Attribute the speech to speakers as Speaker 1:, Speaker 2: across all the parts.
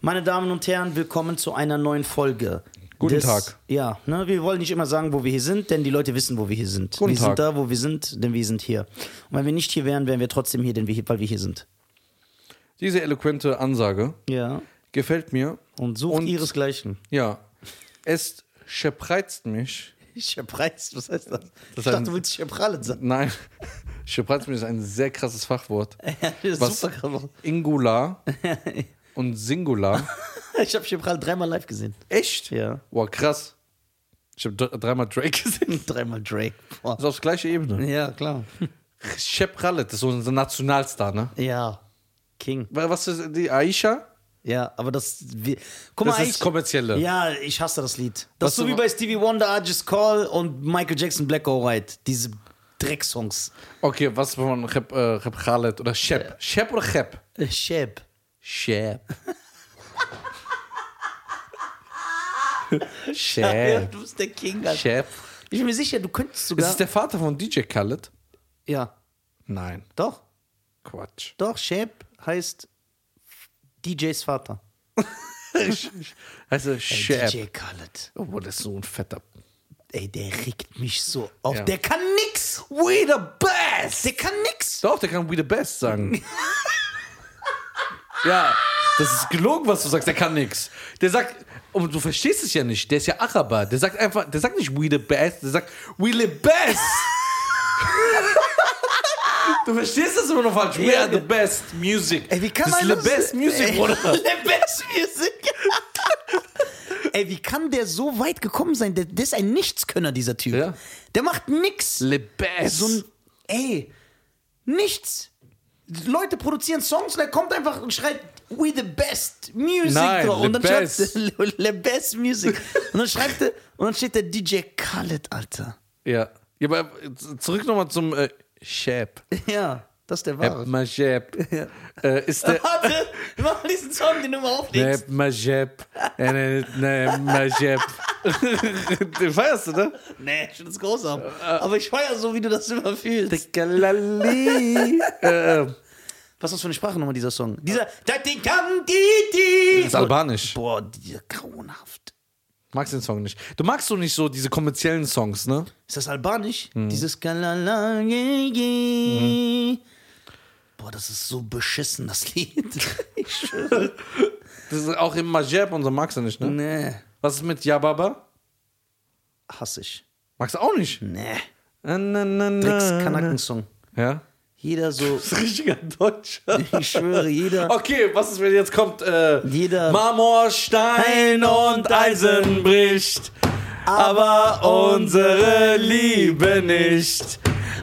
Speaker 1: Meine Damen und Herren, willkommen zu einer neuen Folge.
Speaker 2: Guten Tag.
Speaker 1: Ja, ne, wir wollen nicht immer sagen, wo wir hier sind, denn die Leute wissen, wo wir hier sind.
Speaker 2: Guten
Speaker 1: wir sind
Speaker 2: Tag.
Speaker 1: da, wo wir sind, denn wir sind hier. Und wenn wir nicht hier wären, wären wir trotzdem hier, denn wir, weil wir hier sind.
Speaker 2: Diese eloquente Ansage
Speaker 1: Ja.
Speaker 2: gefällt mir.
Speaker 1: Und sucht
Speaker 2: Und-
Speaker 1: ihresgleichen.
Speaker 2: Ja. Es schepreizt mich.
Speaker 1: Scherpreis, was heißt das? ich
Speaker 2: heißt-
Speaker 1: dachte, du willst Scherprallen sagen.
Speaker 2: Nein, schepreizt mich ist ein sehr krasses Fachwort.
Speaker 1: Was?
Speaker 2: Was?
Speaker 1: Super krass.
Speaker 2: Ingular und Singular.
Speaker 1: Ich habe Scherprallen dreimal live gesehen.
Speaker 2: Echt?
Speaker 1: Ja.
Speaker 2: Boah, krass. Ich habe dreimal Drake gesehen.
Speaker 1: dreimal Drake. Boah.
Speaker 2: Das ist auf der gleichen Ebene.
Speaker 1: Ja, klar.
Speaker 2: Sheprallet, das ist so unser Nationalstar, ne?
Speaker 1: Ja. King.
Speaker 2: Was ist die Aisha?
Speaker 1: Ja, aber das. Wir, guck
Speaker 2: Das
Speaker 1: mal,
Speaker 2: ist
Speaker 1: ich-
Speaker 2: kommerzielle.
Speaker 1: Ja, ich hasse das Lied. Das
Speaker 2: Was
Speaker 1: ist so
Speaker 2: du-
Speaker 1: wie bei Stevie Wonder, I Just Call und Michael Jackson Black or White. Diese Drecksongs.
Speaker 2: Okay, was von Chep, äh, Chepchalet oder Shep? Shep oder Chep?
Speaker 1: Äh, Shep.
Speaker 2: Shep.
Speaker 1: Ja,
Speaker 2: Shep.
Speaker 1: du bist der King, Alter.
Speaker 2: Äh. Shep.
Speaker 1: Ich bin mir sicher, du könntest
Speaker 2: Ist
Speaker 1: sogar.
Speaker 2: es der Vater von DJ Khaled?
Speaker 1: ja,
Speaker 2: Nein.
Speaker 1: doch.
Speaker 2: Quatsch.
Speaker 1: Doch, Shep heißt DJs Vater.
Speaker 2: Also Shep.
Speaker 1: DJ Khaled.
Speaker 2: Oh, das ist so ein fetter.
Speaker 1: Ey, der regt mich so auf.
Speaker 2: Ja.
Speaker 1: Der kann nix.
Speaker 2: We the best!
Speaker 1: Der kann nix.
Speaker 2: Doch, der kann We the best sagen. ja, das ist gelogen, was du sagst. Der kann nix. Der sagt, und du verstehst es ja nicht, der ist ja Araber. Der sagt einfach, der sagt nicht We the best, der sagt We the best! Du verstehst das immer noch falsch. We
Speaker 1: Ja,
Speaker 2: are the best music.
Speaker 1: Ey, wie kann
Speaker 2: das
Speaker 1: man
Speaker 2: ist
Speaker 1: das-
Speaker 2: the best music,
Speaker 1: Ey,
Speaker 2: Bruder.
Speaker 1: The best music. Ey, wie kann der so weit gekommen sein? Der, der ist ein Nichtskönner, dieser Typ.
Speaker 2: Ja.
Speaker 1: Der macht nix.
Speaker 2: The best.
Speaker 1: so ein, ey, nichts. Leute produzieren Songs und er kommt einfach und schreit We the best music
Speaker 2: Nein,
Speaker 1: drauf. Und
Speaker 2: le
Speaker 1: dann schreibt
Speaker 2: best.
Speaker 1: Le best music. Und dann schreibt er, und dann steht der DJ Khaled, Alter.
Speaker 2: ja. ja, aber äh, zurück nochmal zum äh, Shep.
Speaker 1: Ja, das ist der
Speaker 2: Hep
Speaker 1: wahre.
Speaker 2: mal Shep. Äh, ist der.
Speaker 1: Warte, mach mal diesen Song, den du mal auflegst.
Speaker 2: Neb Ne, Majeb. Neb Majeb. Den feierst du, ne?
Speaker 1: Nee, ich finde das grausam. Aber ich feiere so, wie du das immer fühlst.
Speaker 2: Galali. Äh, äh,
Speaker 1: Was ist das für eine Sprache nochmal, dieser Song? Dieser. Das Ding kann die, die.
Speaker 2: ist albanisch.
Speaker 1: Boah, dieser grauenhaft.
Speaker 2: Magst den Song nicht. Du magst so nicht so diese kommerziellen Songs, ne?
Speaker 1: Ist das albanisch? Dieses. Kalala, ye, ye. Boah, das ist so beschissen, das Lied. Ich schwöre.
Speaker 2: Das ist auch im Majeb und so magst du nicht, ne?
Speaker 1: nee.
Speaker 2: Was ist mit Yababa?
Speaker 1: Hass ich.
Speaker 2: Magst du auch nicht?
Speaker 1: Nee.
Speaker 2: Na, na, na, na,
Speaker 1: Ah, Ex-Kanaken-Song.
Speaker 2: Ja?
Speaker 1: Jeder so.
Speaker 2: Das ist richtiger Deutscher.
Speaker 1: Ich schwöre, jeder.
Speaker 2: Okay, was ist, wenn jetzt kommt äh,
Speaker 1: Jeder-
Speaker 2: Marmor, Stein und Eisen bricht, aber unsere Liebe nicht.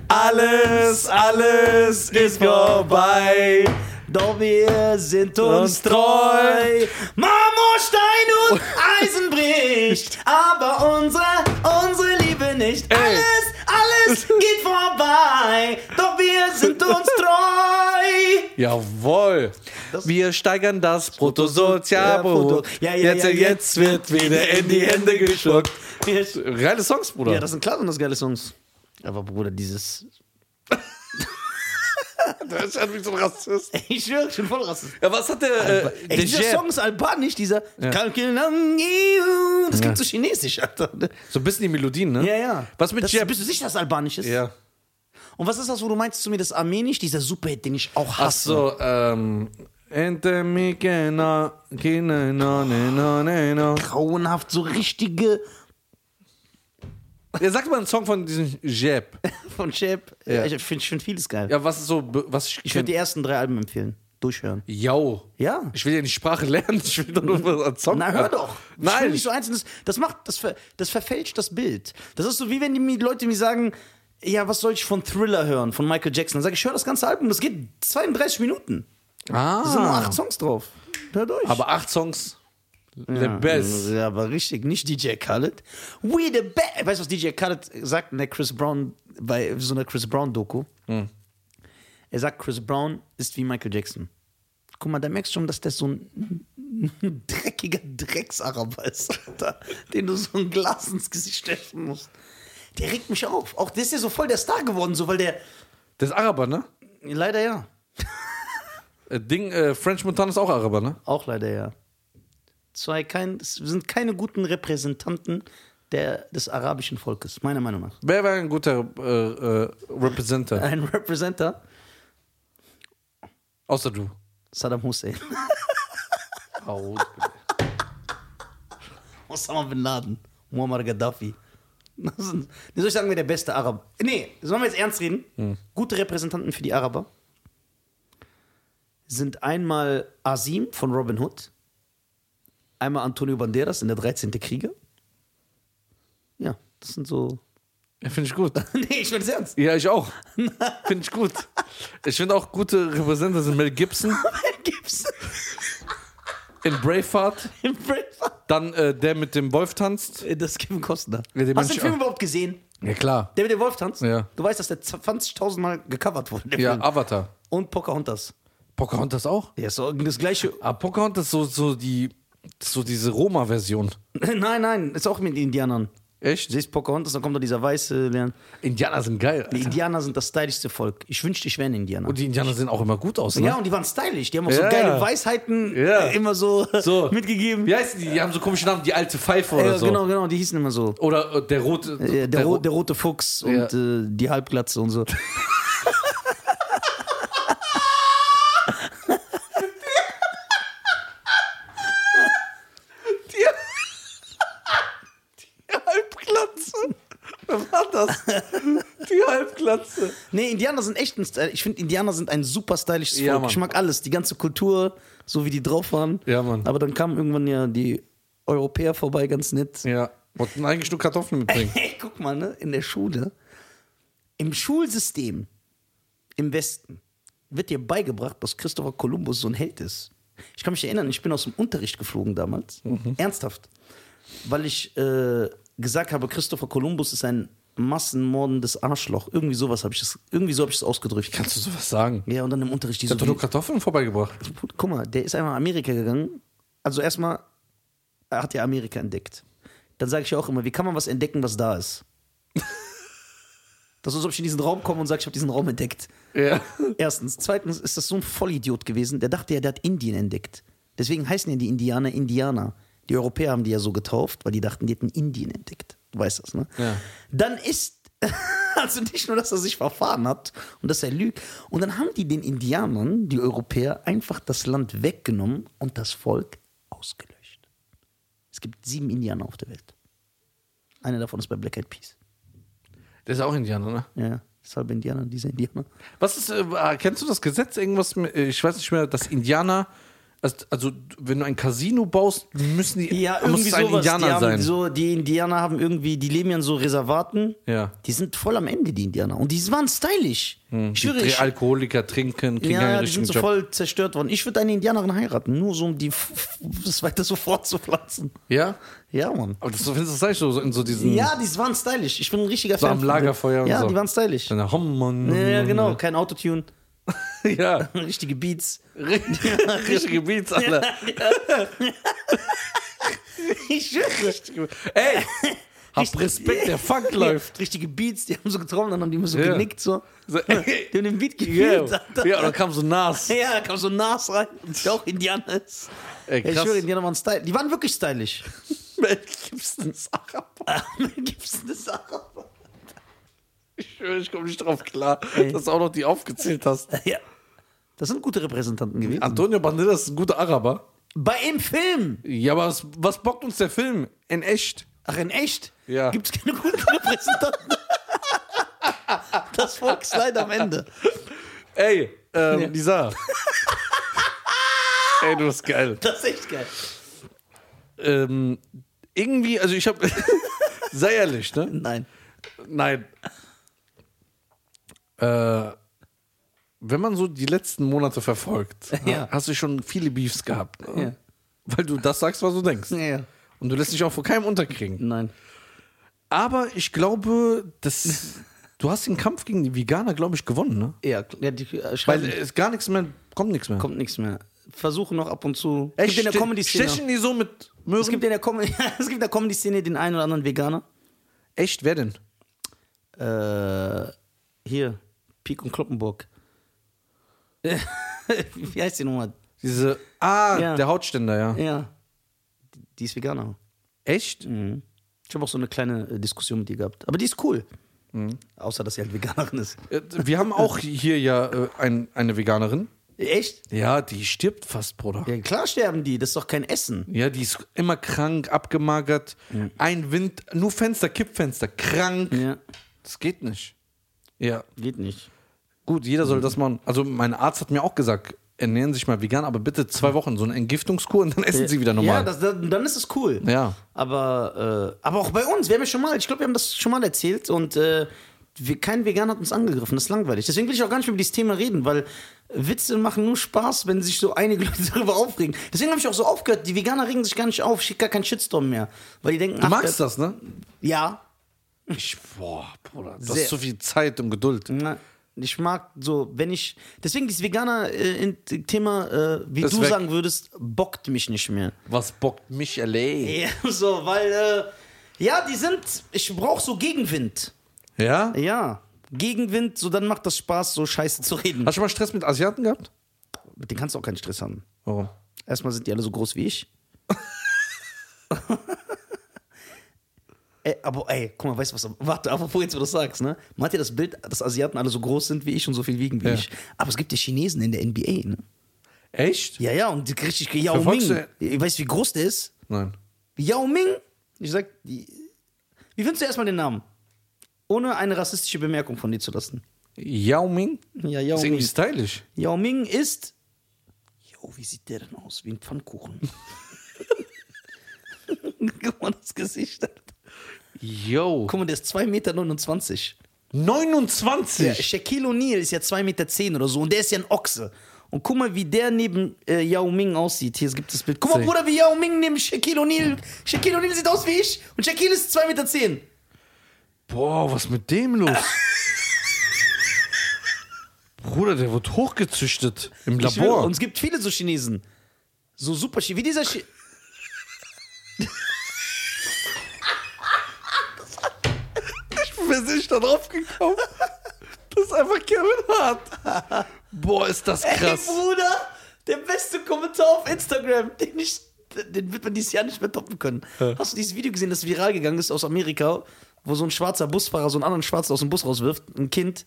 Speaker 2: Alles, alles ist vorbei.
Speaker 1: Doch wir sind uns
Speaker 2: Uns
Speaker 1: treu.
Speaker 2: treu.
Speaker 1: Marmorstein und Eisen bricht, aber unsere, unsere Liebe nicht.
Speaker 2: Ey.
Speaker 1: Alles, alles geht vorbei. Doch wir sind uns treu.
Speaker 2: Jawohl.
Speaker 1: Das-
Speaker 2: Wir steigern das Bruttosozialprodukt.
Speaker 1: Ja, ja,
Speaker 2: jetzt,
Speaker 1: ja, ja.
Speaker 2: jetzt wird wieder in die Hände geschluckt.
Speaker 1: Wir-
Speaker 2: Geile Songs, Bruder.
Speaker 1: Ja, das sind klar und das geile Songs. Aber Bruder, dieses.
Speaker 2: das hat mich so ein Rassist.
Speaker 1: Ich schwöre, ich bin voll rassist.
Speaker 2: Ja, was hat der, äh,
Speaker 1: Ey,
Speaker 2: der
Speaker 1: dieser
Speaker 2: Jeb?
Speaker 1: Song ist albanisch, dieser. Das klingt so chinesisch, Alter.
Speaker 2: So ein bisschen die Melodien, ne?
Speaker 1: Ja, ja.
Speaker 2: Was mit
Speaker 1: das,
Speaker 2: Jeb?
Speaker 1: Bist du sicher, dass es albanisch ist?
Speaker 2: Ja.
Speaker 1: Und was ist das, wo du meinst zu mir, das Armenisch, dieser Superhit, den ich auch
Speaker 2: Ach
Speaker 1: hasse?
Speaker 2: so, ähm. Entemikena, kinena, nena, nena.
Speaker 1: Grauenhaft, so richtige.
Speaker 2: Ja, sag mal einen Song von diesem Jeb.
Speaker 1: Von Chap. Ja.
Speaker 2: Ja.
Speaker 1: Ich finde find vieles geil.
Speaker 2: Ja, was ist so, be- was ich
Speaker 1: Ich würde
Speaker 2: kenn?
Speaker 1: die ersten drei Alben empfehlen. Durchhören.
Speaker 2: Jau.
Speaker 1: Ja.
Speaker 2: Ich will ja nicht Sprache lernen, ich will doch nur was an Song.
Speaker 1: Na, hör
Speaker 2: hören.
Speaker 1: doch. Ich will
Speaker 2: Nein.
Speaker 1: nicht so einzelnes. Das macht, das, ver, das verfälscht das Bild. Das ist so, wie wenn die mir- Leute mir sagen, ja, was soll ich von Thriller hören, von Michael Jackson? Dann sage ich, ich höre das ganze Album, das geht 32 Minuten. Da sind nur
Speaker 2: Ah.
Speaker 1: acht Songs drauf. Hör durch.
Speaker 2: Aber acht Songs. The best.
Speaker 1: Ja, aber richtig, nicht DJ Khaled. We the best. Weißt du, was DJ Khaled sagt in der Chris Brown, bei so einer Chris Brown-Doku? Er sagt, Chris Brown ist wie Michael Jackson. Guck mal, da merkst du schon, dass der so ein dreckiger Drecksaraber ist, Alter, den du so ein Glas ins Gesicht stechen musst. Der regt mich auf. Auch der ist ja so voll der Star geworden, so, weil der.
Speaker 2: Das ist Araber, ne?
Speaker 1: Leider ja.
Speaker 2: Äh, Ding, äh, French Montana ist auch Araber, ne?
Speaker 1: Auch leider ja. zwei kein, es sind keine guten Repräsentanten der, des arabischen Volkes, meiner Meinung nach.
Speaker 2: Wer wäre ein guter äh, äh, Representer?
Speaker 1: Ein Representer,
Speaker 2: Außer du.
Speaker 1: Saddam Hussein. Osama bin Laden, Muammar Gaddafi. Das sind, wie soll ich sagen, wir der beste Araber? Nee, sollen wir jetzt ernst reden? Gute Repräsentanten für die Araber sind einmal Azim von Robin Hood, einmal Antonio Banderas in der 13. Krieger. Ja, das sind so.
Speaker 2: Ja, Finde ich gut.
Speaker 1: nee, ich bin ernst.
Speaker 2: Ja, ich auch. Finde ich gut. Ich finde auch gute Repräsentanten sind Mel Gibson
Speaker 1: Gibson
Speaker 2: in Braveheart,
Speaker 1: im Braveheart.
Speaker 2: dann äh, der mit dem Wolf tanzt.
Speaker 1: Äh, Das ist Kevin Costner.
Speaker 2: Ja, den
Speaker 1: Hast du
Speaker 2: Mensch
Speaker 1: den Film
Speaker 2: auch.
Speaker 1: überhaupt gesehen?
Speaker 2: Ja, klar.
Speaker 1: Der mit dem Wolf tanzt?
Speaker 2: Ja.
Speaker 1: Du weißt, dass der 20.000 Mal gecovert wurde. der
Speaker 2: Ja,
Speaker 1: Film.
Speaker 2: Avatar.
Speaker 1: Und Pocahontas.
Speaker 2: Pocahontas auch?
Speaker 1: Ja, ist so das gleiche.
Speaker 2: Ah, Pocahontas ist so, so, die, so diese Roma-Version.
Speaker 1: Nein, nein, ist auch mit den Indianern. Du
Speaker 2: Echt?
Speaker 1: siehst Pocahontas, dann kommt da dieser weiße Leon.
Speaker 2: Indianer sind geil.
Speaker 1: Die Indianer sind das stylischste Volk. Ich wünschte, ich wäre ein Indianer.
Speaker 2: Und die Indianer sehen auch immer gut aus, ne?
Speaker 1: ja, und die waren stylisch. Die haben auch so
Speaker 2: Ja.
Speaker 1: geile Weisheiten
Speaker 2: Ja.
Speaker 1: äh, immer so,
Speaker 2: So.
Speaker 1: mitgegeben.
Speaker 2: Wie heißen die? Die haben so komische Namen, die alte Pfeife oder
Speaker 1: Ja,
Speaker 2: so.
Speaker 1: Genau, genau, die hießen immer so.
Speaker 2: Oder äh, der rote.
Speaker 1: Äh, Der,
Speaker 2: ro-
Speaker 1: ro der rote Fuchs und
Speaker 2: Ja.
Speaker 1: äh, die Halbglatze und so.
Speaker 2: Die Halbglatze. Was war das? Die Halbglatze.
Speaker 1: Nee, Indianer sind echt ein Style. Ich finde, Indianer sind ein super stylisches
Speaker 2: Ja,
Speaker 1: Volk.
Speaker 2: Mann.
Speaker 1: ich mag alles. Die ganze Kultur, so wie die drauf waren.
Speaker 2: Ja, Mann.
Speaker 1: Aber dann kamen irgendwann ja die Europäer vorbei, ganz nett.
Speaker 2: Ja. Wollten eigentlich nur Kartoffeln mitbringen.
Speaker 1: Hey, guck mal, ne? in der Schule, im Schulsystem im Westen wird dir beigebracht, dass Christopher Columbus so ein Held ist. Ich kann mich erinnern, ich bin aus dem Unterricht geflogen damals.
Speaker 2: Mhm.
Speaker 1: Ernsthaft. Weil ich äh, gesagt habe, Christopher Columbus ist ein massenmordendes Arschloch. Irgendwie sowas habe ich das, irgendwie so habe ich es ausgedrückt.
Speaker 2: Kannst du sowas sagen?
Speaker 1: Ja, und dann im Unterricht diese.
Speaker 2: Ich hab nur Kartoffeln vorbeigebracht.
Speaker 1: Guck mal, der ist einmal nach Amerika gegangen. Also erstmal hat er Amerika entdeckt. Dann sage ich auch immer, wie kann man was entdecken, was da ist? Das ist, als ob ich in diesen Raum komme und sage, ich habe diesen Raum entdeckt.
Speaker 2: Ja.
Speaker 1: Erstens. Zweitens ist das so ein Vollidiot gewesen, der dachte ja, der hat Indien entdeckt. Deswegen heißen ja die Indianer Indianer. Die Europäer haben die ja so getauft, weil die dachten, die hätten Indien entdeckt. Du weißt das, ne?
Speaker 2: Ja.
Speaker 1: Dann ist. Also nicht nur, dass er sich verfahren hat und dass er lügt. Und dann haben die den Indianern, die Europäer, einfach das Land weggenommen und das Volk ausgelöscht. Es gibt sieben Indianer auf der Welt. Einer davon ist bei Black Eyed Peas.
Speaker 2: Der ist auch Indianer, ne?
Speaker 1: Ja, deshalb Indianer, diese Indianer.
Speaker 2: Was ist, äh, kennst du das Gesetz? Irgendwas, mit- äh, ich weiß nicht mehr, dass Indianer, also, also wenn du ein Casino baust, müssen die,
Speaker 1: Ja,
Speaker 2: muss
Speaker 1: irgendwie
Speaker 2: es ein
Speaker 1: sowas.
Speaker 2: Indianer
Speaker 1: die, haben
Speaker 2: sein.
Speaker 1: So, die Indianer haben irgendwie, die leben ja in so Reservaten.
Speaker 2: Ja.
Speaker 1: Die sind voll am Ende, die Indianer. Und die waren stylisch. Ich
Speaker 2: Hm, Die
Speaker 1: schwöre,
Speaker 2: drei
Speaker 1: ich,
Speaker 2: Alkoholiker trinken, kriegen
Speaker 1: ja,
Speaker 2: keinen
Speaker 1: die sind
Speaker 2: richtigen
Speaker 1: so
Speaker 2: Job.
Speaker 1: voll zerstört worden. Ich würde eine Indianerin heiraten, nur so um die f- f- das weiter so fortzupflanzen.
Speaker 2: Ja?
Speaker 1: Ja, Mann.
Speaker 2: Aber das findest du das gleich so, so in so diesen.
Speaker 1: Ja, die waren stylisch. Ich bin ein richtiger
Speaker 2: Hm. So
Speaker 1: Fan.
Speaker 2: am
Speaker 1: von-
Speaker 2: Lagerfeuer und
Speaker 1: Ja,
Speaker 2: so.
Speaker 1: die waren stylisch.
Speaker 2: Dann, hum, hum,
Speaker 1: Ja, ja, genau. Kein Autotune,
Speaker 2: Ja.
Speaker 1: richtige Beats.
Speaker 2: Richtige Beats, Alter.
Speaker 1: Ich schwöre.
Speaker 2: Ey! Hab Respekt, der Funk läuft.
Speaker 1: Richtige Beats, die haben so getroffen, dann haben die immer so
Speaker 2: Ja.
Speaker 1: genickt. So.
Speaker 2: So, ey.
Speaker 1: Die haben den Beat
Speaker 2: Yeah.
Speaker 1: gefühlt. Alter.
Speaker 2: Ja, und dann kam so Nas.
Speaker 1: Ja, da kam so Nas rein, der auch Indianer ist.
Speaker 2: Ey,
Speaker 1: Ja, ich
Speaker 2: krass.
Speaker 1: schwöre, Indianer waren stylisch. Die waren wirklich stylisch. Ah,
Speaker 2: Mel Gibson ist Araber.
Speaker 1: Gibt's eine Sache?
Speaker 2: Ich schwöre, ich komme nicht drauf klar,
Speaker 1: Ey.
Speaker 2: dass du auch noch die aufgezählt hast.
Speaker 1: Ja. Das sind gute Repräsentanten gewesen.
Speaker 2: Antonio Banderas ist ein guter Araber.
Speaker 1: Bei im Film.
Speaker 2: Ja, aber was, was bockt uns der Film? In echt.
Speaker 1: Ach, in echt?
Speaker 2: Ja.
Speaker 1: Gibt's keine guten Repräsentanten? Das Volk ist leider am Ende.
Speaker 2: Ey, ähm,
Speaker 1: Ja.
Speaker 2: Lisa. Ey, du bist geil.
Speaker 1: Das ist echt geil.
Speaker 2: Ähm, irgendwie, also ich habe, sei ehrlich, ne?
Speaker 1: Nein.
Speaker 2: Nein. Äh, wenn man so die letzten Monate verfolgt, ne,
Speaker 1: Ja.
Speaker 2: hast du schon viele Beefs gehabt. Ne?
Speaker 1: Ja.
Speaker 2: Weil du das sagst, was du denkst.
Speaker 1: Ja.
Speaker 2: Und du lässt dich auch vor keinem unterkriegen.
Speaker 1: Nein.
Speaker 2: Aber ich glaube, dass du hast den Kampf gegen die Veganer, glaube ich, gewonnen, ne?
Speaker 1: Ja, kl- ja die äh, schreiben,
Speaker 2: Weil es gar nichts mehr, kommt nichts mehr.
Speaker 1: kommt nichts mehr. Versuchen noch ab und zu.
Speaker 2: Ey,
Speaker 1: Gibt in der
Speaker 2: ste-
Speaker 1: Comedy-Szene.
Speaker 2: Stechen die so mit
Speaker 1: Es gibt
Speaker 2: Möhren?
Speaker 1: in der Com- es gibt in der Comedy-Szene den einen oder anderen Veganer.
Speaker 2: Echt, wer denn?
Speaker 1: äh, hier, Pik und Kloppenburg. Wie heißt die nochmal?
Speaker 2: Diese, ah,
Speaker 1: Ja.
Speaker 2: der Hautständer, ja.
Speaker 1: Ja. die ist Veganer.
Speaker 2: Echt?
Speaker 1: Mhm. Ich habe auch so eine kleine äh, Diskussion mit ihr gehabt. Aber die ist cool. Außer, dass sie halt Veganerin ist.
Speaker 2: Äh, Wir haben auch hier ja äh, ein, eine Veganerin.
Speaker 1: Echt?
Speaker 2: Ja, die stirbt fast, Bruder.
Speaker 1: Ja, klar sterben die. Das ist doch kein Essen.
Speaker 2: Ja, die ist immer krank, abgemagert. Ein Wind, nur Fenster, Kippfenster, krank.
Speaker 1: Ja,
Speaker 2: Das geht nicht. Ja,
Speaker 1: geht nicht.
Speaker 2: gut, jeder soll das machen. Also, mein Arzt hat mir auch gesagt, ernähren Sie sich mal vegan, aber bitte zwei Wochen so eine Entgiftungskur und dann essen Sie wieder normal.
Speaker 1: Ja, das, dann dann ist es cool.
Speaker 2: Ja.
Speaker 1: Aber, äh, aber auch bei uns, wir haben ja schon mal, ich glaube, wir haben das schon mal erzählt und äh, wir, kein Veganer hat uns angegriffen, das ist langweilig. Deswegen will ich auch gar nicht über dieses Thema reden, weil Witze machen nur Spaß, wenn sich so einige Leute darüber aufregen. Deswegen habe ich auch so aufgehört, die Veganer regen sich gar nicht auf, schickt gar keinen Shitstorm mehr. Weil die denken, äh,
Speaker 2: du magst das, ne?
Speaker 1: Ja.
Speaker 2: Ich, boah, Bruder, du
Speaker 1: Sehr.
Speaker 2: hast so viel Zeit und Geduld.
Speaker 1: Na, ich mag so, wenn ich. Deswegen dieses Veganer-Thema, äh, wie
Speaker 2: Ist
Speaker 1: du
Speaker 2: weg.
Speaker 1: sagen würdest, bockt mich nicht mehr.
Speaker 2: Was bockt mich LA?
Speaker 1: Ja, so, weil, äh, ja, die sind, ich brauche so Gegenwind.
Speaker 2: Ja?
Speaker 1: Ja, Gegenwind, so dann macht das Spaß, so scheiße zu reden.
Speaker 2: Hast du schon mal Stress mit Asiaten gehabt?
Speaker 1: Mit denen kannst du auch keinen Stress haben.
Speaker 2: Warum?
Speaker 1: Erstmal sind die alle so groß wie ich. ey, aber ey, guck mal, weißt du was? Warte, aber vorhin, du das sagst, ne? Man hat ja das Bild, dass Asiaten alle so groß sind wie ich und so viel wiegen wie
Speaker 2: Ja.
Speaker 1: ich. Aber es gibt ja Chinesen in der NBA, ne?
Speaker 2: Echt?
Speaker 1: Ja, ja, und die- richtig, Yao
Speaker 2: Verfolgst
Speaker 1: Ming. Weißt du, wie groß der ist?
Speaker 2: Nein.
Speaker 1: Yao Ming? Ich sag, die- wie findest du erstmal den Namen? Ohne eine rassistische Bemerkung von dir zu lassen.
Speaker 2: Yao Ming?
Speaker 1: Ja, Yao
Speaker 2: Ist
Speaker 1: Ming.
Speaker 2: irgendwie stylisch.
Speaker 1: Yao Ming ist. Jo, wie sieht der denn aus? Wie ein Pfannkuchen. Guck mal das Gesicht. Alter.
Speaker 2: Yo.
Speaker 1: Guck mal, der ist 2,29 Meter.
Speaker 2: 29?
Speaker 1: Ja, Shaquille O'Neal ist ja 2,10 Meter oder so und der ist ja ein Ochse. Und guck mal, wie der neben äh, Yao Ming aussieht. Hier gibt es das Bild. Guck mal,
Speaker 2: Sehr-
Speaker 1: Bruder, wie Yao Ming neben Shaquille O'Neal. Shaquille O'Neal sieht aus wie ich und Shaquille ist 2,10 Meter.
Speaker 2: Boah, was mit dem los? Bruder, der wird hochgezüchtet im
Speaker 1: Ich will,
Speaker 2: Labor.
Speaker 1: und es gibt viele so Chinesen. So super Chi- wie dieser Chi
Speaker 2: Wer ist da drauf gekommen? Das ist einfach Kevin Hart. Boah, ist das
Speaker 1: Ey,
Speaker 2: krass.
Speaker 1: Bruder, der beste Kommentar auf Instagram, den ich, den wird man dieses Jahr nicht mehr toppen können. Hast du dieses Video gesehen, das viral gegangen ist aus Amerika, wo so ein schwarzer Busfahrer so einen anderen Schwarzen aus dem Bus rauswirft, ein Kind?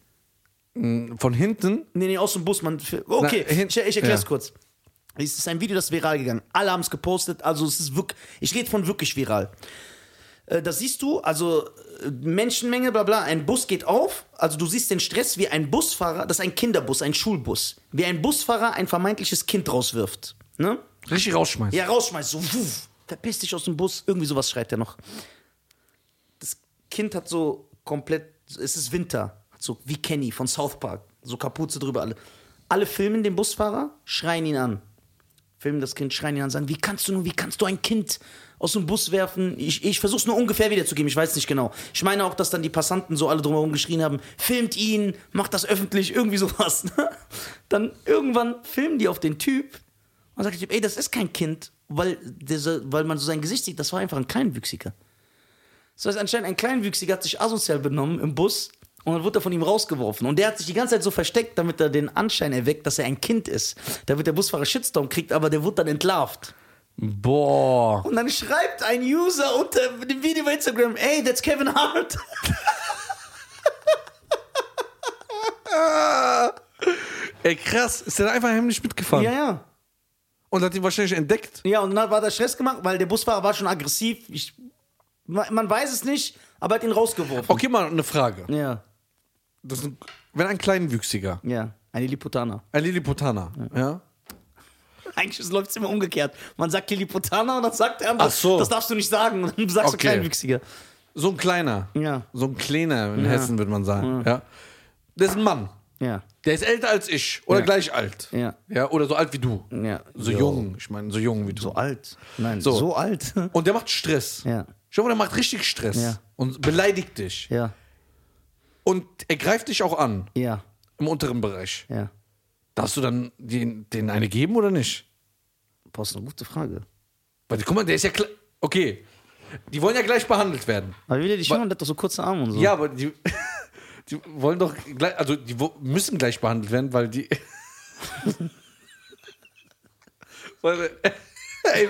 Speaker 2: Hm, Von hinten?
Speaker 1: Nee, nee, aus dem Bus, man. Okay,
Speaker 2: Na, hin-
Speaker 1: ich, ich erklär's
Speaker 2: ja.
Speaker 1: kurz. Es ist ein Video, das ist viral gegangen. Alle haben es gepostet, also es ist wirklich. Ich rede von wirklich viral. Äh, Das siehst du, also äh, Menschenmenge, bla bla, ein Bus geht auf, also du siehst den Stress, wie ein Busfahrer, das ist ein Kinderbus, ein Schulbus, wie ein Busfahrer ein vermeintliches Kind rauswirft. Ne?
Speaker 2: Richtig rausschmeißen.
Speaker 1: Ja, rausschmeißt, so, wuff, verpiss dich aus dem Bus, irgendwie sowas schreibt er noch. Das Kind hat so komplett, es ist Winter, hat so wie Kenny von South Park, so Kapuze drüber alle. Alle filmen den Busfahrer, schreien ihn an. Filmen das Kind, schreien ihn an, sagen, wie kannst du nur, wie kannst du ein Kind aus dem Bus werfen? Ich, ich versuch's nur ungefähr wiederzugeben, ich weiß nicht genau. Ich meine auch, dass dann die Passanten so alle drumherum geschrien haben, filmt ihn, macht das öffentlich, irgendwie sowas. ne? dann irgendwann filmen die auf den Typ und sagt der Typ, ey, das ist kein Kind, weil, diese, weil man so sein Gesicht sieht, das war einfach ein Kleinwüchsiger. Das heißt, anscheinend ein Kleinwüchsiger hat sich asozial benommen im Bus und dann wurde er von ihm rausgeworfen. Und der hat sich die ganze Zeit so versteckt, damit er den Anschein erweckt, dass er ein Kind ist. Damit der Busfahrer Shitstorm kriegt, aber der wurde dann entlarvt.
Speaker 2: Boah.
Speaker 1: Und dann schreibt ein User unter dem Video bei Instagram, ey, that's Kevin Hart.
Speaker 2: Ey, krass. Ist der da einfach heimlich mitgefahren?
Speaker 1: Ja, ja.
Speaker 2: Und hat ihn wahrscheinlich entdeckt.
Speaker 1: Ja, und dann war der Stress gemacht, weil der Busfahrer war schon aggressiv. Ich, man man weiß es nicht, aber er hat ihn rausgeworfen.
Speaker 2: Okay, mal eine Frage.
Speaker 1: Ja,
Speaker 2: Das ist ein, wenn ein Kleinwüchsiger,
Speaker 1: ja. Ein Lilliputaner.
Speaker 2: ein Lilliputaner, ja.
Speaker 1: Eigentlich läuft es immer umgekehrt. Man sagt Lilliputaner und dann sagt der andere,
Speaker 2: Ach so.
Speaker 1: das darfst du nicht sagen. Und dann sagst
Speaker 2: Okay.
Speaker 1: du Kleinwüchsiger.
Speaker 2: so ein kleiner,
Speaker 1: Ja.
Speaker 2: so ein kleiner in Hessen würde man sagen, ja. Der ist ein Mann,
Speaker 1: Ja,
Speaker 2: der ist älter als ich oder
Speaker 1: Ja.
Speaker 2: gleich alt,
Speaker 1: Ja.
Speaker 2: ja, oder so alt wie du,
Speaker 1: ja.
Speaker 2: so
Speaker 1: Jo.
Speaker 2: jung, ich meine so jung wie du.
Speaker 1: So alt. Nein,
Speaker 2: So.
Speaker 1: so, alt.
Speaker 2: Und der macht Stress.
Speaker 1: Ja.
Speaker 2: Schau mal, der macht richtig Stress
Speaker 1: Ja.
Speaker 2: und beleidigt dich
Speaker 1: ja,
Speaker 2: und er greift dich auch an
Speaker 1: ja,
Speaker 2: im unteren Bereich.
Speaker 1: ja.
Speaker 2: Darfst du dann den, den eine geben oder nicht?
Speaker 1: Boah, ist eine gute Frage.
Speaker 2: Weil guck mal, der ist ja klar. Okay, die wollen ja gleich behandelt werden.
Speaker 1: Aber wie der dich jungen, der hat doch so kurze Arme und so.
Speaker 2: Ja, aber die, die wollen doch gleich, also die wo- müssen gleich behandelt werden, weil die. weil, ey,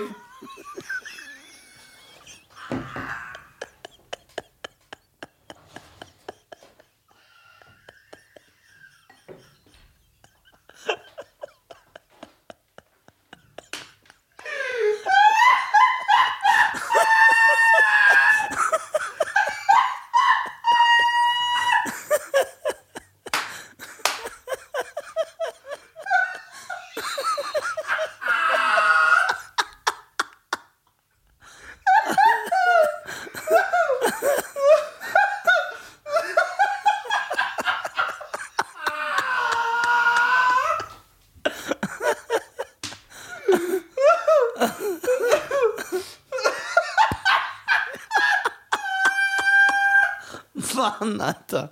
Speaker 1: Mann, Alter.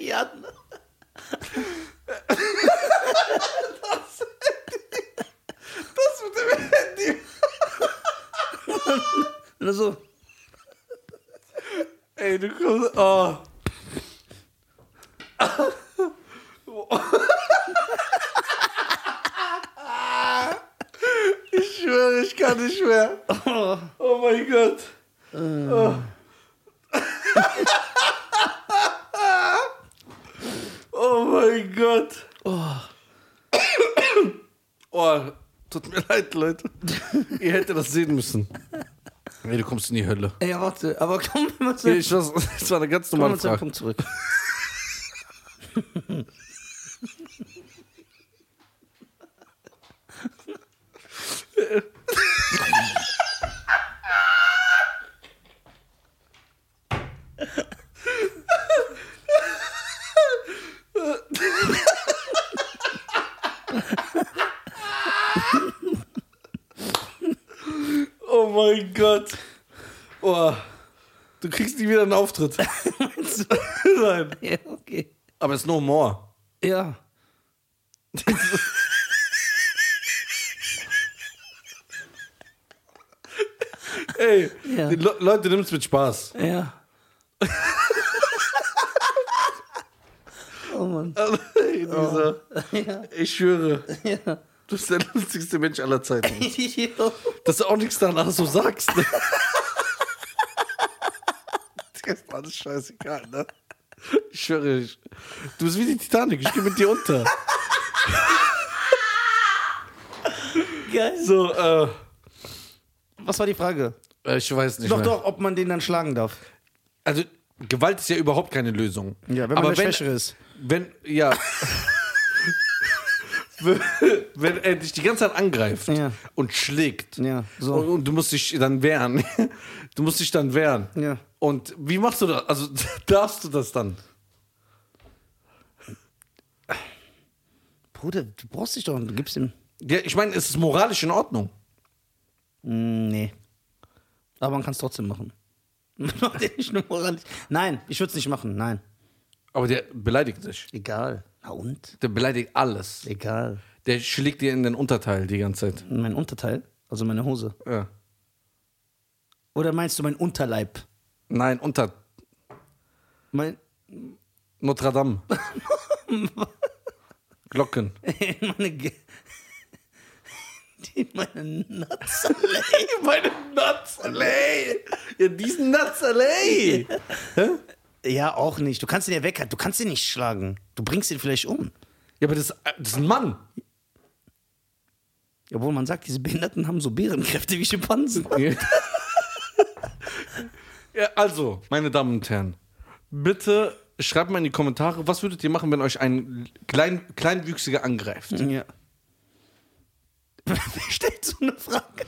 Speaker 1: ja.
Speaker 2: Das mit dem Handy.
Speaker 1: Oder so.
Speaker 2: Ey, du kommst. Oh. Ich schwöre, ich kann nicht mehr. Oh Äh. mein Gott. Oh, oh mein Gott. Oh, tut mir leid, Leute. Ihr hättet das sehen müssen. Nee, du kommst in die Hölle.
Speaker 1: Ja, warte, aber kommen wir mal zu,
Speaker 2: Nee, Ich, das, das war eine ganz
Speaker 1: kommen
Speaker 2: normale
Speaker 1: wir zu dem
Speaker 2: Frage.
Speaker 1: Punkt zurück.
Speaker 2: Oh mein Gott. Oh, du kriegst nie wieder einen Auftritt. Nein.
Speaker 1: Ja, okay.
Speaker 2: Aber es ist no more.
Speaker 1: Ja.
Speaker 2: Ey,
Speaker 1: Ja.
Speaker 2: die Le Leute, nimmt's mit Spaß.
Speaker 1: Ja. oh Mann.
Speaker 2: Also, ey, dieser,
Speaker 1: Ja.
Speaker 2: Ich schwöre,
Speaker 1: Ja.
Speaker 2: du bist der lustigste Mensch aller Zeiten.
Speaker 1: Jo.
Speaker 2: Dass du auch nichts danach so sagst. Ne? Das ist alles scheißegal, ne? Ich schwöre, ich, du bist wie die Titanic, ich gehe mit dir unter.
Speaker 1: Geil.
Speaker 2: So, äh,
Speaker 1: Was war die Frage?
Speaker 2: ich weiß nicht
Speaker 1: doch,
Speaker 2: mehr.
Speaker 1: doch, ob man den dann schlagen darf.
Speaker 2: Also, Gewalt ist ja überhaupt keine Lösung.
Speaker 1: Ja, wenn man der Schwächere ist.
Speaker 2: Wenn, ja. wenn, wenn er dich die ganze Zeit angreift
Speaker 1: Ja.
Speaker 2: und schlägt
Speaker 1: Ja, so.
Speaker 2: und, und du musst dich dann wehren. Du musst dich dann wehren.
Speaker 1: Ja.
Speaker 2: Und wie machst du das? Also darfst du das dann?
Speaker 1: Bruder, du brauchst dich doch und du gibst ihm.
Speaker 2: Ja, ich meine, es ist moralisch in Ordnung.
Speaker 1: Mm, Nee. Aber man kann es trotzdem machen. Man macht den nicht nur moralisch. Nein, ich würde es nicht machen. Nein.
Speaker 2: Aber der beleidigt dich.
Speaker 1: Egal. Na und?
Speaker 2: Der beleidigt alles.
Speaker 1: Egal.
Speaker 2: Der schlägt dir in den Unterteil die ganze Zeit.
Speaker 1: Mein Unterteil, also meine Hose.
Speaker 2: Ja.
Speaker 1: Oder meinst du mein Unterleib?
Speaker 2: Nein, unter
Speaker 1: Mein,
Speaker 2: Notre Dame. Glocken.
Speaker 1: meine, Ge die, meine Nuts, Alter.
Speaker 2: Meine Nuts, Alay! Ja, diesen Nuts, Alay!
Speaker 1: Ja, auch nicht. Du kannst ihn ja weghalten. Du kannst ihn nicht schlagen. Du bringst ihn vielleicht um.
Speaker 2: Ja, aber das, das ist ein Mann.
Speaker 1: Obwohl man sagt, diese Behinderten haben so Bärenkräfte wie Schimpansen.
Speaker 2: ja, also, meine Damen und Herren, bitte schreibt mal in die Kommentare, was würdet ihr machen, wenn euch ein klein, Kleinwüchsiger angreift?
Speaker 1: Ja. Wer stellt so eine Frage?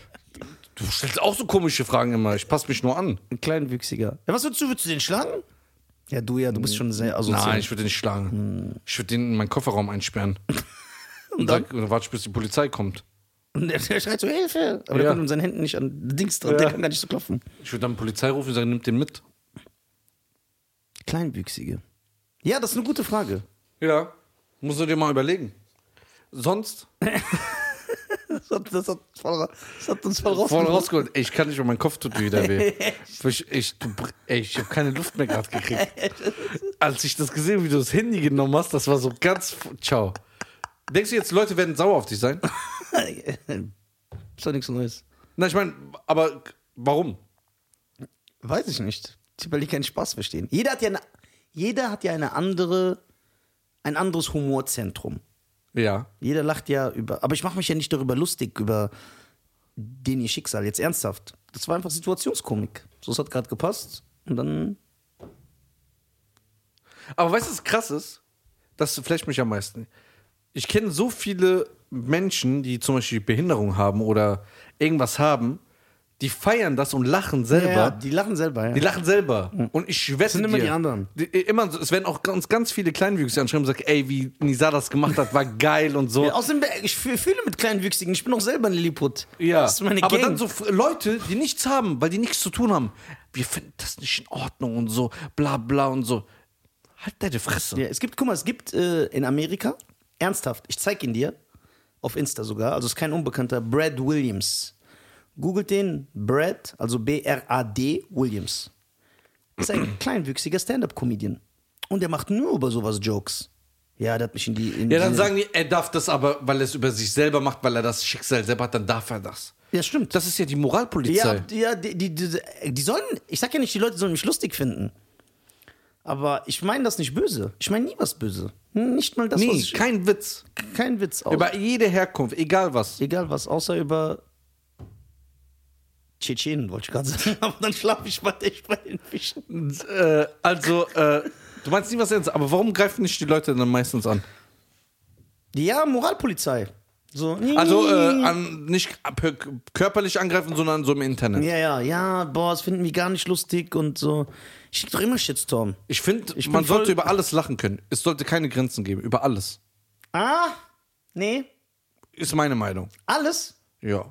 Speaker 2: Du stellst auch so komische Fragen immer, ich passe mich nur an.
Speaker 1: Ein Kleinwüchsiger. Ja, was würdest du? Würdest du den schlagen? Ja, du ja, du bist schon sehr asozial.
Speaker 2: Nein, ich würde den nicht schlagen. Ich würde den in meinen Kofferraum einsperren. Und
Speaker 1: dann?
Speaker 2: dann warte ich, bis die Polizei kommt.
Speaker 1: Und der, der schreit so, Hilfe! Aber
Speaker 2: Ja.
Speaker 1: der kommt mit seinen Händen nicht an Dings dran,
Speaker 2: Ja.
Speaker 1: der kann gar nicht so klopfen.
Speaker 2: Ich würde dann Polizei rufen und sagen, nimmt den mit.
Speaker 1: Kleinwüchsige. Ja, das ist eine gute Frage.
Speaker 2: Ja. Musst du dir mal überlegen. Sonst
Speaker 1: Das hat, das hat, voll, das hat uns Äh, voll
Speaker 2: Voll
Speaker 1: rausgeholt.
Speaker 2: rausgeholt. Ey, ich kann nicht mehr, mein Kopf tut mir wieder weh. Ich, ich, du br- ey, ich habe keine Luft mehr gerade gekriegt. Als ich das gesehen habe, wie du das Handy genommen hast, das war so ganz. f- Ciao. Denkst du jetzt, Leute werden sauer auf dich sein?
Speaker 1: ist doch nichts Neues.
Speaker 2: Na, ich meine, aber warum?
Speaker 1: Weiß ich nicht. Ich will keinen Spaß verstehen. Jeder hat ja eine, jeder hat ja eine andere, ein anderes Humorzentrum.
Speaker 2: Ja.
Speaker 1: Jeder lacht ja über. Aber ich mache mich ja nicht darüber lustig, über den ihr Schicksal. Jetzt ernsthaft. Das war einfach Situationskomik. So, es hat gerade gepasst. Und dann.
Speaker 2: Aber weißt du, was krass ist? Das flasht mich am meisten. Ich kenne so viele Menschen, die zum Beispiel Behinderung haben oder irgendwas haben, die feiern das und lachen
Speaker 1: Ja,
Speaker 2: selber.
Speaker 1: ja, die lachen selber, ja.
Speaker 2: Die lachen selber. Und ich schwöre
Speaker 1: sind immer die anderen.
Speaker 2: Die, äh, immer, so- es werden auch ganz, ganz viele Kleinwüchse anschreiben und sagen, ey, wie Nisa das gemacht hat, war geil und so.
Speaker 1: Ja, Außerdem, ich fü- fühle mit Kleinwüchsigen, ich bin auch selber ein Lilliput.
Speaker 2: Ja.
Speaker 1: Das ist meine
Speaker 2: Aber
Speaker 1: Gang.
Speaker 2: dann so F- Leute, die nichts haben, weil die nichts zu tun haben. Wir finden das nicht in Ordnung und so, bla bla und so. Halt deine Fresse.
Speaker 1: Ja, es gibt, guck mal, es gibt äh, in Amerika, ernsthaft, ich zeig ihn dir, auf Insta sogar, also ist kein Unbekannter, Brad Williams. Googelt den Brad, also B-R-A-D Williams. Ist ein kleinwüchsiger Stand-Up-Comedian. Und der macht nur über sowas Jokes. Ja, der hat mich in die. In
Speaker 2: Ja, dann
Speaker 1: die,
Speaker 2: sagen die, er darf das aber, weil er es über sich selber macht, weil er das Schicksal selber hat, dann darf er das.
Speaker 1: Ja, stimmt.
Speaker 2: Das ist ja die Moralpolizei.
Speaker 1: ja, ja die, die, die, die sollen. Ich sag ja nicht, die Leute sollen mich lustig finden. Aber ich meine das nicht böse. Ich meine nie was böse. Nicht mal das, was
Speaker 2: nee,
Speaker 1: ich,
Speaker 2: kein Witz.
Speaker 1: kein Witz aus.
Speaker 2: Über jede Herkunft, egal was.
Speaker 1: Egal was, außer über Tschetschenen, wollte ich gerade sagen. Aber dann schlafe ich bei der Sprechen.
Speaker 2: Äh, also, äh, du meinst nie was ernst, aber warum greifen nicht die Leute dann meistens an?
Speaker 1: Ja, Moralpolizei. So.
Speaker 2: Also,
Speaker 1: Hm.
Speaker 2: äh, an, nicht ab- körperlich angreifen, sondern so im Internet.
Speaker 1: Ja, ja, ja, boah, das finden wir gar nicht lustig und so. Ich krieg doch immer Shitstorm.
Speaker 2: Ich finde,
Speaker 1: Ich bin
Speaker 2: man sollte
Speaker 1: voll-
Speaker 2: über alles lachen können. Es sollte keine Grenzen geben, über alles.
Speaker 1: Ah, nee,
Speaker 2: Ist meine Meinung.
Speaker 1: alles.
Speaker 2: Ja.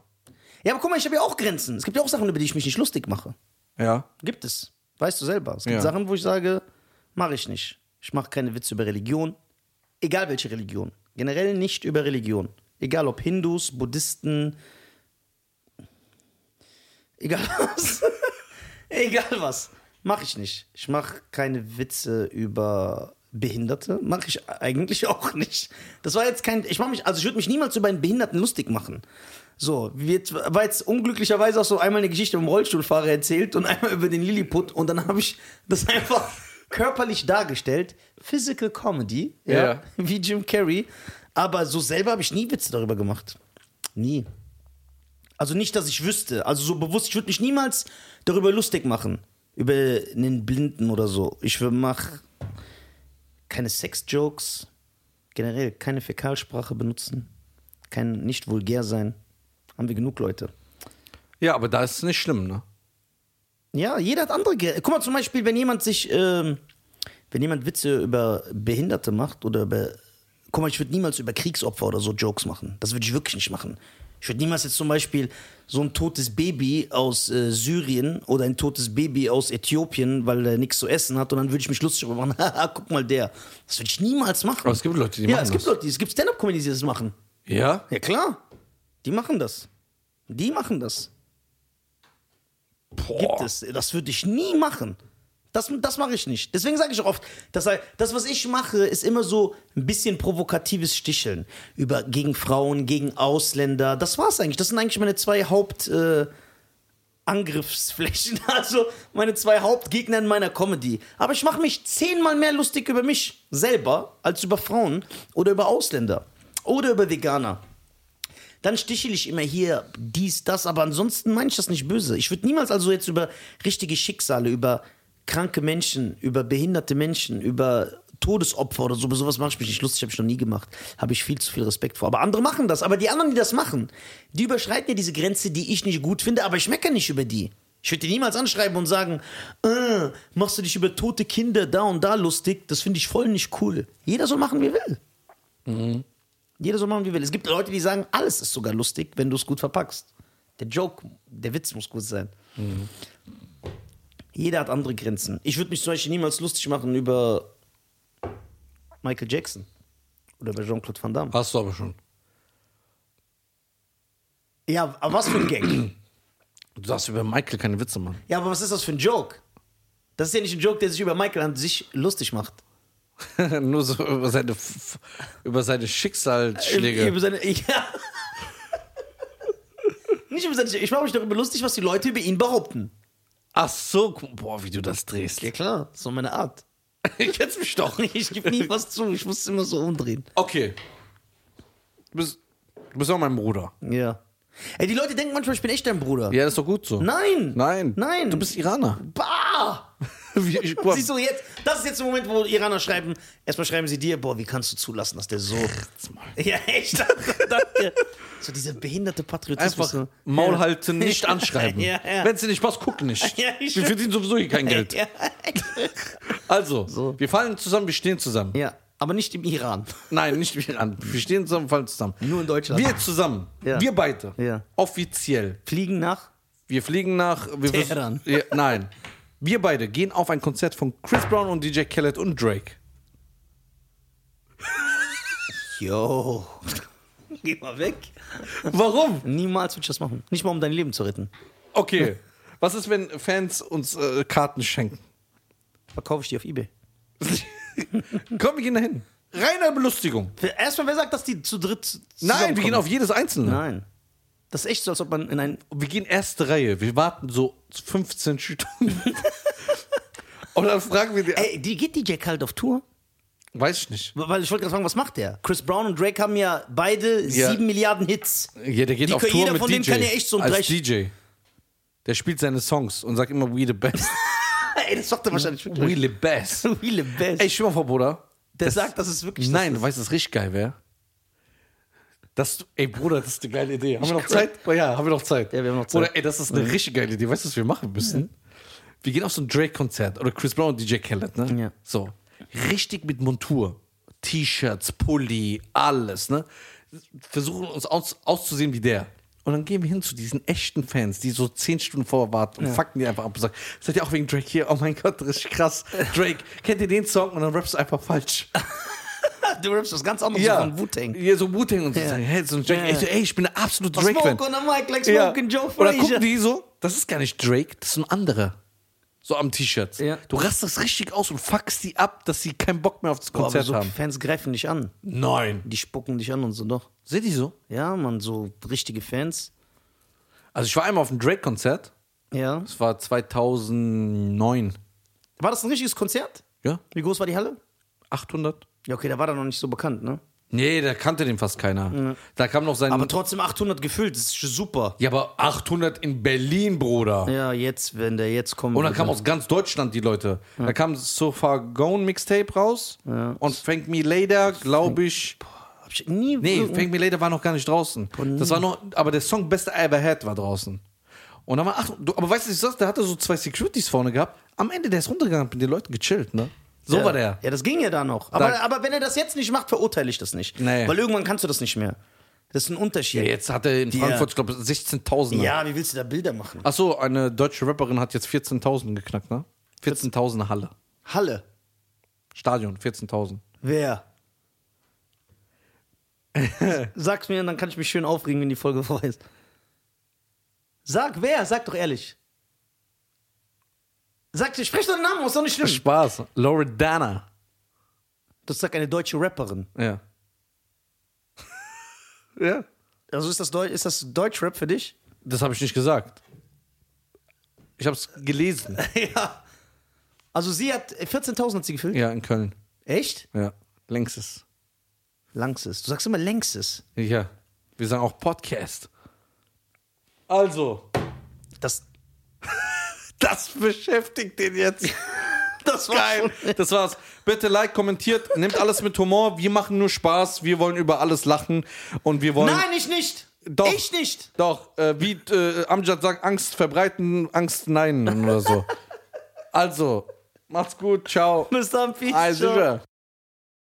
Speaker 1: Ja, aber guck mal, ich habe ja auch Grenzen. Es gibt ja auch Sachen, über die ich mich nicht lustig mache.
Speaker 2: Ja.
Speaker 1: Gibt es. Weißt du selber. Es gibt
Speaker 2: Ja.
Speaker 1: Sachen, wo ich sage, mache ich nicht. Ich mache keine Witze über Religion. Egal welche Religion. Generell nicht über Religion. Egal ob Hindus, Buddhisten. Egal was. egal was. Mache ich nicht. Ich mache keine Witze über Behinderte. Mache ich eigentlich auch nicht. Das war jetzt kein. Ich mache mich. Also ich würde mich niemals über einen Behinderten lustig machen. So, wird, war jetzt unglücklicherweise auch so einmal eine Geschichte vom Rollstuhlfahrer erzählt und einmal über den Lilliput und dann habe ich das einfach körperlich dargestellt. Physical Comedy, ja,
Speaker 2: Ja.
Speaker 1: wie Jim Carrey. Aber so selber habe ich nie Witze darüber gemacht. Nie. Also nicht, dass ich wüsste. Also so bewusst, ich würde mich niemals darüber lustig machen. Über einen Blinden oder so. Ich mache keine Sex-Jokes. Generell keine Fäkalsprache benutzen. Kein nicht vulgär sein. Haben wir genug Leute.
Speaker 2: Ja, aber da ist es nicht schlimm, ne?
Speaker 1: Ja, jeder hat andere. Ge Guck mal, zum Beispiel, wenn jemand sich, ähm, wenn jemand Witze über Behinderte macht oder über, guck mal, ich würde niemals über Kriegsopfer oder so Jokes machen. Das würde ich wirklich nicht machen. Ich würde niemals jetzt zum Beispiel so ein totes Baby aus äh, Syrien oder ein totes Baby aus Äthiopien, weil er nichts zu essen hat, und dann würde ich mich lustig darüber machen. Haha, guck mal der. Das würde ich niemals machen.
Speaker 2: Aber es gibt Leute, die
Speaker 1: ja,
Speaker 2: machen
Speaker 1: es
Speaker 2: das.
Speaker 1: gibt Leute, die- es gibt Stand-up-Comedies, die das machen.
Speaker 2: Ja?
Speaker 1: Ja klar, die machen das. Die machen das
Speaker 2: Boah.
Speaker 1: gibt es. Das würde ich nie machen. Das, das mache ich nicht. Deswegen sage ich auch oft, dass, halt- das, was ich mache, ist immer so ein bisschen provokatives Sticheln. Über, gegen Frauen, gegen Ausländer. Das war's eigentlich. Das sind eigentlich meine zwei Haupt. Äh, Angriffsflächen, also meine zwei Hauptgegner in meiner Comedy. Aber ich mache mich zehnmal mehr lustig über mich selber als über Frauen oder über Ausländer oder über Veganer. Dann stichel ich immer hier dies, das, aber ansonsten meine ich das nicht böse. Ich würde niemals also jetzt über richtige Schicksale, über kranke Menschen, über behinderte Menschen, über Todesopfer oder so, über sowas mache ich mich nicht lustig, habe ich noch nie gemacht. Habe ich viel zu viel Respekt vor. Aber andere machen das. Aber die anderen, die das machen, die überschreiten ja diese Grenze, die ich nicht gut finde, aber ich meckere nicht über die. Ich würde die niemals anschreiben und sagen, äh, machst du dich über tote Kinder da und da lustig? Das finde ich voll nicht cool. Jeder soll machen, wie er will. Jeder soll machen, wie er will. Es gibt Leute, die sagen, alles ist sogar lustig, wenn du es gut verpackst. Der Joke, der Witz muss gut sein. Jeder hat andere Grenzen. Ich würde mich zum Beispiel niemals lustig machen über Michael Jackson oder über Jean-Claude Van Damme.
Speaker 2: Hast du aber schon.
Speaker 1: Ja, aber was für ein Gag.
Speaker 2: Du darfst über Michael keine Witze machen.
Speaker 1: Ja, aber was ist das für ein Joke? Das ist ja nicht ein Joke, der sich über Michael an sich lustig macht.
Speaker 2: Nur so über seine, F- über seine Schicksalsschläge.
Speaker 1: Über seine, ja. nicht über seine, ich mache mich darüber lustig, was die Leute über ihn behaupten.
Speaker 2: Ach so, gu- boah, wie du das drehst.
Speaker 1: Ja klar, so meine Art.
Speaker 2: Ich kennst mich doch.
Speaker 1: Ich gebe nie was zu, ich muss immer so umdrehen.
Speaker 2: Okay. Du bist, du bist auch mein Bruder.
Speaker 1: Ja. Ey, die Leute denken manchmal, ich bin echt dein Bruder.
Speaker 2: Ja, das ist doch gut so.
Speaker 1: Nein!
Speaker 2: Nein.
Speaker 1: Nein!
Speaker 2: Du bist Iraner.
Speaker 1: Bah!
Speaker 2: Wie, ich, guck mal,
Speaker 1: Siehst du jetzt, das ist jetzt der Moment, wo Iraner schreiben, erstmal schreiben sie dir, boah, wie kannst du zulassen, dass der so. ja, echt. Danke. So dieser behinderte Patriotismus. ne?
Speaker 2: einfach Maul halten, nicht anschreiben.
Speaker 1: Ja, ja.
Speaker 2: Wenn es dir nicht passt, guck nicht.
Speaker 1: Ja, ich-
Speaker 2: wir verdienen sowieso hier kein Geld.
Speaker 1: Ja.
Speaker 2: Also, wir fallen zusammen, wir stehen zusammen.
Speaker 1: ja, aber nicht im Iran.
Speaker 2: Nein, nicht wir an. Wir stehen zusammen, fallen zusammen.
Speaker 1: Nur in Deutschland.
Speaker 2: Wir zusammen,
Speaker 1: Ja.
Speaker 2: wir beide,
Speaker 1: Ja.
Speaker 2: offiziell.
Speaker 1: Fliegen nach.
Speaker 2: Wir fliegen nach. Wir wissen-
Speaker 1: Teheran.
Speaker 2: Ja, nein. Wir beide gehen auf ein Konzert von Chris Brown und DJ Khaled und Drake.
Speaker 1: Yo. Geh mal weg.
Speaker 2: Warum?
Speaker 1: Niemals würde ich das machen. Nicht mal, um dein Leben zu retten.
Speaker 2: Okay. Ne? Was ist, wenn Fans uns äh, Karten schenken?
Speaker 1: Verkaufe ich die auf Ebay.
Speaker 2: Komm, wir gehen dahin. Reiner Belustigung.
Speaker 1: Erstmal, wer sagt, dass die zu dritt.
Speaker 2: Nein, wir gehen
Speaker 1: zusammenkommen?
Speaker 2: auf jedes Einzelne.
Speaker 1: Nein. Das ist echt so, als ob man in ein.
Speaker 2: Wir gehen erste Reihe. Wir warten so 15 Stunden. und dann fragen wir die.
Speaker 1: Ey, die geht DJ Khaled auf Tour?
Speaker 2: Weiß ich nicht.
Speaker 1: Weil ich wollte gerade fragen, was macht der? Chris Brown und Drake haben ja beide
Speaker 2: Ja.
Speaker 1: sieben Milliarden Hits.
Speaker 2: Ja, der geht
Speaker 1: Die
Speaker 2: auf
Speaker 1: können-
Speaker 2: Tour
Speaker 1: jeder
Speaker 2: mit
Speaker 1: von
Speaker 2: DJ.
Speaker 1: denen kann ja echt so ein
Speaker 2: als
Speaker 1: Dreich-
Speaker 2: DJ. Der spielt seine Songs und sagt immer We the best.
Speaker 1: Ey, das sagt er wahrscheinlich wirklich.
Speaker 2: We the best.
Speaker 1: Wheelie Best.
Speaker 2: Ey, schwör mal vor, Bruder.
Speaker 1: der sagt, dass es wirklich
Speaker 2: Nein, du weißt, was richtig geil wäre? Dass du, ey, Bruder, das ist eine geile Idee. Haben wir noch Zeit? Oh ja, haben wir noch Zeit.
Speaker 1: Ja, wir haben noch Zeit. Mhm.
Speaker 2: Bruder, ey, das ist eine richtig geile Idee. Weißt du, was wir machen müssen? Wir gehen auf so ein Drake-Konzert oder Chris Brown und DJ Khaled, ne?
Speaker 1: Ja.
Speaker 2: So. Richtig mit Montur. T-Shirts, Pulli, alles, ne? Versuchen uns aus, auszusehen wie der. Und dann gehen wir hin zu diesen echten Fans, die so zehn Stunden vorher warten und fucken die einfach ab und sagen, seid ihr auch wegen Drake hier? Oh mein Gott, richtig krass. Drake, kennt ihr den Song? Und dann rappst du einfach falsch.
Speaker 1: Du rappst was ganz anderes
Speaker 2: Ja.
Speaker 1: von Wu-Tang.
Speaker 2: Ja, so Wu-Tang und so.
Speaker 1: Ja.
Speaker 2: sagen, Hey, so ein Drake.
Speaker 1: Ja.
Speaker 2: Ey, so, ey, ich bin ein absoluter Drake-Fan.
Speaker 1: Smoke on a mic like Smoke
Speaker 2: Ja.
Speaker 1: and Joe
Speaker 2: Und dann
Speaker 1: Frazier.
Speaker 2: gucken die so, das ist gar nicht Drake, das ist ein anderer. So am T-Shirt.
Speaker 1: Ja.
Speaker 2: Du rastest richtig aus und fuckst die ab, dass sie keinen Bock mehr auf das
Speaker 1: Boah, aber
Speaker 2: Konzert
Speaker 1: so
Speaker 2: haben.
Speaker 1: Fans greifen dich an.
Speaker 2: Nein.
Speaker 1: Die spucken dich an und so doch.
Speaker 2: Seht ihr so?
Speaker 1: Ja, man, so richtige Fans.
Speaker 2: Also ich war einmal auf einem Drake-Konzert.
Speaker 1: Ja.
Speaker 2: Das war 2009.
Speaker 1: War das ein richtiges Konzert?
Speaker 2: Ja?
Speaker 1: Wie groß war die Halle?
Speaker 2: 800?
Speaker 1: Ja, okay, da war er noch nicht so bekannt, ne?
Speaker 2: Nee, da kannte den fast keiner. Da kam noch sein...
Speaker 1: Aber trotzdem 800 gefüllt, das ist super.
Speaker 2: ja, aber 800 in Berlin, Bruder.
Speaker 1: Ja, jetzt, wenn der jetzt kommt.
Speaker 2: Und dann kam aus ganz Deutschland die Leute. Da kam das So Far Gone Mixtape raus und Thank Me Later, glaube ich.
Speaker 1: Hab ich nie.
Speaker 2: Nee, Thank Me Later war noch gar nicht draußen. Das war noch, aber der Song Best I Ever Had war draußen. Und dann war, ach, du, aber weißt du, ich sag's, der hatte so zwei Securities vorne gehabt. Am Ende, der ist runtergegangen, hat mit den Leuten gechillt, ne? So
Speaker 1: ja.
Speaker 2: war der.
Speaker 1: Ja, das ging ja da noch. Aber, aber wenn er das jetzt nicht macht, verurteile ich das nicht.
Speaker 2: Nee.
Speaker 1: Weil irgendwann kannst du das nicht mehr. Das ist ein
Speaker 2: Ja,
Speaker 1: Unterschied.
Speaker 2: jetzt hat er in Frankfurt, ich glaube, 16.000.
Speaker 1: Ja, wie willst du da Bilder machen?
Speaker 2: Achso, eine deutsche Rapperin hat jetzt 14.000 geknackt, ne? 14.000 Halle.
Speaker 1: Halle.
Speaker 2: Stadion, 14.000.
Speaker 1: Wer? Sag's mir und dann kann ich mich schön aufregen, wenn die Folge vorbei ist. Sag wer? Sag doch ehrlich. Sag, sprich doch den Namen aus, doch
Speaker 2: Hm.
Speaker 1: nicht schlimm.
Speaker 2: Spaß. Loredana.
Speaker 1: Das sagt eine deutsche Rapperin.
Speaker 2: Ja. ja.
Speaker 1: Also ist das, Deu ist das Deutschrap für dich?
Speaker 2: Das habe ich nicht gesagt. Ich habe es gelesen.
Speaker 1: ja. Also sie hat 14.000 hat sie gefüllt.
Speaker 2: ja, in Köln.
Speaker 1: Echt?
Speaker 2: Ja. Längstes.
Speaker 1: Langstes. Du sagst immer längstes.
Speaker 2: Ja. Wir sagen auch Podcast. Also,
Speaker 1: Das,
Speaker 2: das beschäftigt den jetzt.
Speaker 1: das war
Speaker 2: Geil. Das war's. Bitte like, kommentiert, nehmt alles mit Humor. Wir machen nur Spaß. Wir wollen über alles lachen. Und wir wollen.
Speaker 1: Nein, ich nicht.
Speaker 2: Doch.
Speaker 1: Ich nicht.
Speaker 2: Doch, äh, wie äh, Amjad sagt, Angst verbreiten, Angst nein oder so. also, macht's gut, ciao.
Speaker 1: Mr. Peace.
Speaker 2: Also,